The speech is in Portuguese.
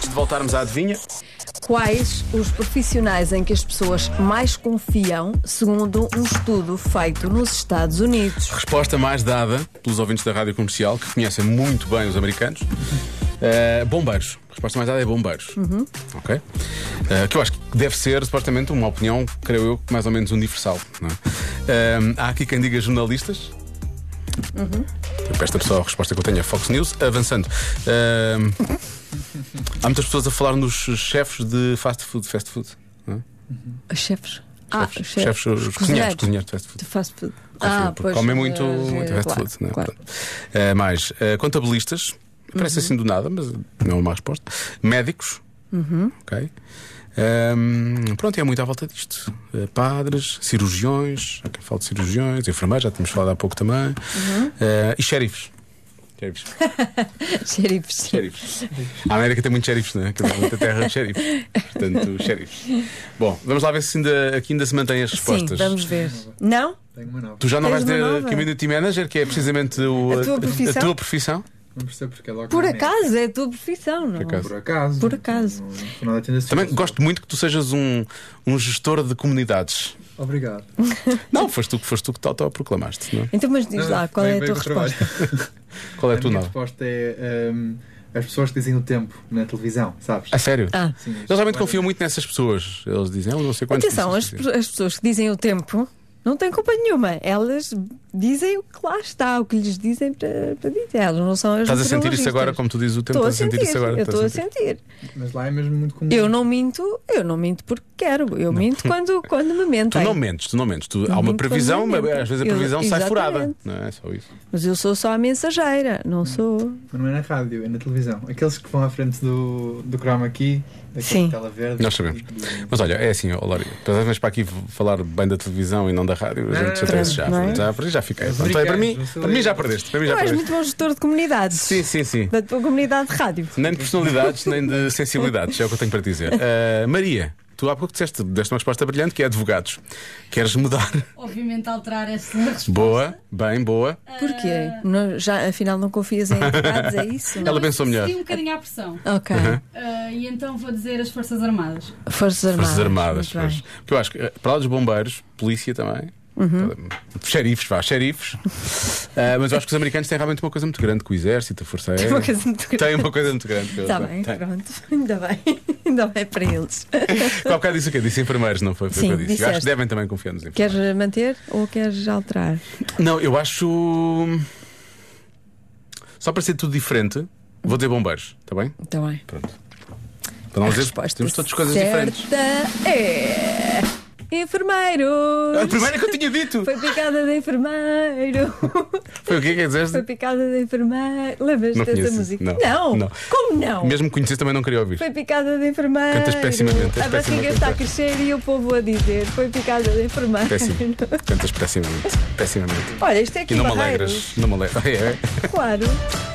de voltarmos à adivinha, Quais os profissionais em que as pessoas mais confiam, segundo um estudo feito nos Estados Unidos? resposta mais dada pelos ouvintes da rádio comercial, que conhecem muito bem os americanos: eh, bombeiros. A resposta mais dada é bombeiros. Ok? Eh, que eu acho que deve ser, supostamente, uma opinião, creio eu, mais ou menos universal. não é? Eh, há aqui quem diga jornalistas. Uhum. Eu peço só a resposta que eu tenho é Fox News. Avançando. Eh, há muitas pessoas a falar nos chefes de fast food, fast food. não é? Os chefes. Ah, Chefes, chefes, os cozinheiros, cozinheiros de fast food. De fast food. Confio, porque comem muito, eh, muito fast claro, food. Né? claro. Uhum. Portanto, eh, mais eh, contabilistas, parece assim do nada, mas não é uma má resposta. Médicos, Uhum. ok. Ehm, pronto, é muito à volta disto. Eh, padres, cirurgiões, há quem fala de cirurgiões, enfermeiros, já tínhamos falado há pouco também. Uhum. Eh, e xerifes. Xerifes. Xerifes. Xerifes. A América tem muitos xerifes, não é? Quer dizer, muita terra de xerifes. Portanto, xerifes. Bom, vamos lá ver se ainda, aqui ainda se mantém as Sim, respostas. vamos ver. Não? Tenho uma nova. Tu já não Tens vais ter uma uh, nova? community manager, que é precisamente o, A uh, tua profissão? a tua profissão? Vamos perceber porque é logo. Por na acaso, é a tua profissão, não? acaso. net. Por acaso. Por acaso. Não, não foi nada tendência. Também gosto muito que tu sejas um, um gestor de comunidades. Obrigado. Não, foste tu, que- foste tu que te autoproclamaste, não é? Então, mas diz Não, lá, qual bem- é a bem tua do trabalho. resposta? Qual é a a tua minha nova? resposta é hum, as pessoas que dizem o tempo na televisão, sabes? A sério? Ah. Sim, é Eles realmente confiam muito nessas pessoas. Eles dizem, eu não sei quantos. Atenção, as, dizem. as pessoas que dizem o tempo não têm culpa nenhuma. Elas dizem o que lá está, o que lhes dizem para, para dizer. Elas não são as Estás a sentir isso meteorologistas. agora, como tu dizes o tempo? Estou a Então Estás a sentir sentir, isso agora? eu Estás estou a sentir. Mas lá é mesmo muito comum. Eu não minto, eu não minto porque quero, eu minto quando, quando me Tu mentem. não mentes, tu não mentes. Tu, Uhum, Não há uma minto previsão, mas quando minto. às vezes a Eu- previsão sai exatamente. furada. Não é só isso. Mas eu sou só a mensageira, Hum. não sou. Mas não é na rádio, é na televisão. Aqueles que vão à frente do, do chroma aqui, Sim. daquela tela verde. Nós sabemos. e do- Mas olha, é assim, ó, Lória, estás mas para aqui falar bem da televisão e não da rádio, a Não, gente não, chateia-se já. Ah, não, não. Já, já fiquei. Os Pronto, é, para, mim, americanos, não sou para mim eu. já perdeste. Para mim já Tu és perdeste. muito bom gestor de comunidades. Sim, sim, sim. Da tua comunidade de rádio. Nem de personalidades, nem de sensibilidades, é o que eu tenho para te dizer. Ah, Maria, tu há pouco disseste, deste uma resposta brilhante que é advogados. Queres mudar? Obviamente alterar esta resposta. Boa, bem, boa. Ah. Porquê? Não- já, afinal, não confias em advogados, é isso? Ela pensou melhor. Senti um bocadinho à pressão. Ok. Ah, e então vou dizer as Forças Armadas. Forças Armadas. Forças Armadas. muito bem. pois. Porque eu acho que, eh, para lá dos bombeiros, polícia também. Uhum. Xerifes, vá, xerifes. Ah, mas eu acho que os americanos têm realmente uma coisa muito grande com o exército, a força aérea. Uma coisa muito grande. Tem uma coisa muito grande. que eu- Está Tá bem, É. tem. pronto. Ainda bem. Ainda bem para eles. Qual bocado disse o quê? Disse enfermeiros, não foi? Foi Sim, o que eu disse. Eu acho disseste. que devem também confiar nos enfermeiros. Queres manter ou queres alterar? Não, eu acho. Só para ser tudo diferente, vou dizer bombeiros, está bem? Está Tá bem. Pronto. Para não dizer, Resposta temos todas coisas certa diferentes. é. É A Enfermeiros. primeira que eu tinha dito! Foi picada de enfermeiro. Foi o que é que Foi disseste? picada de enfermeiro. Lembras-te Não dessa conheço. música? Não. Não. Como não? Mesmo que conhecesse, também não queria ouvir. Foi picada de enfermeiro. Cantas pessimamente, és A péssima barriga a está a cantar. crescer e o povo a dizer: Foi picada de enfermeiro. Péssimo. Cantas pessimamente. Pessimamente. Olha, isto é aqui E não me Barreiros. alegras. Não me alegras. É, é. Claro.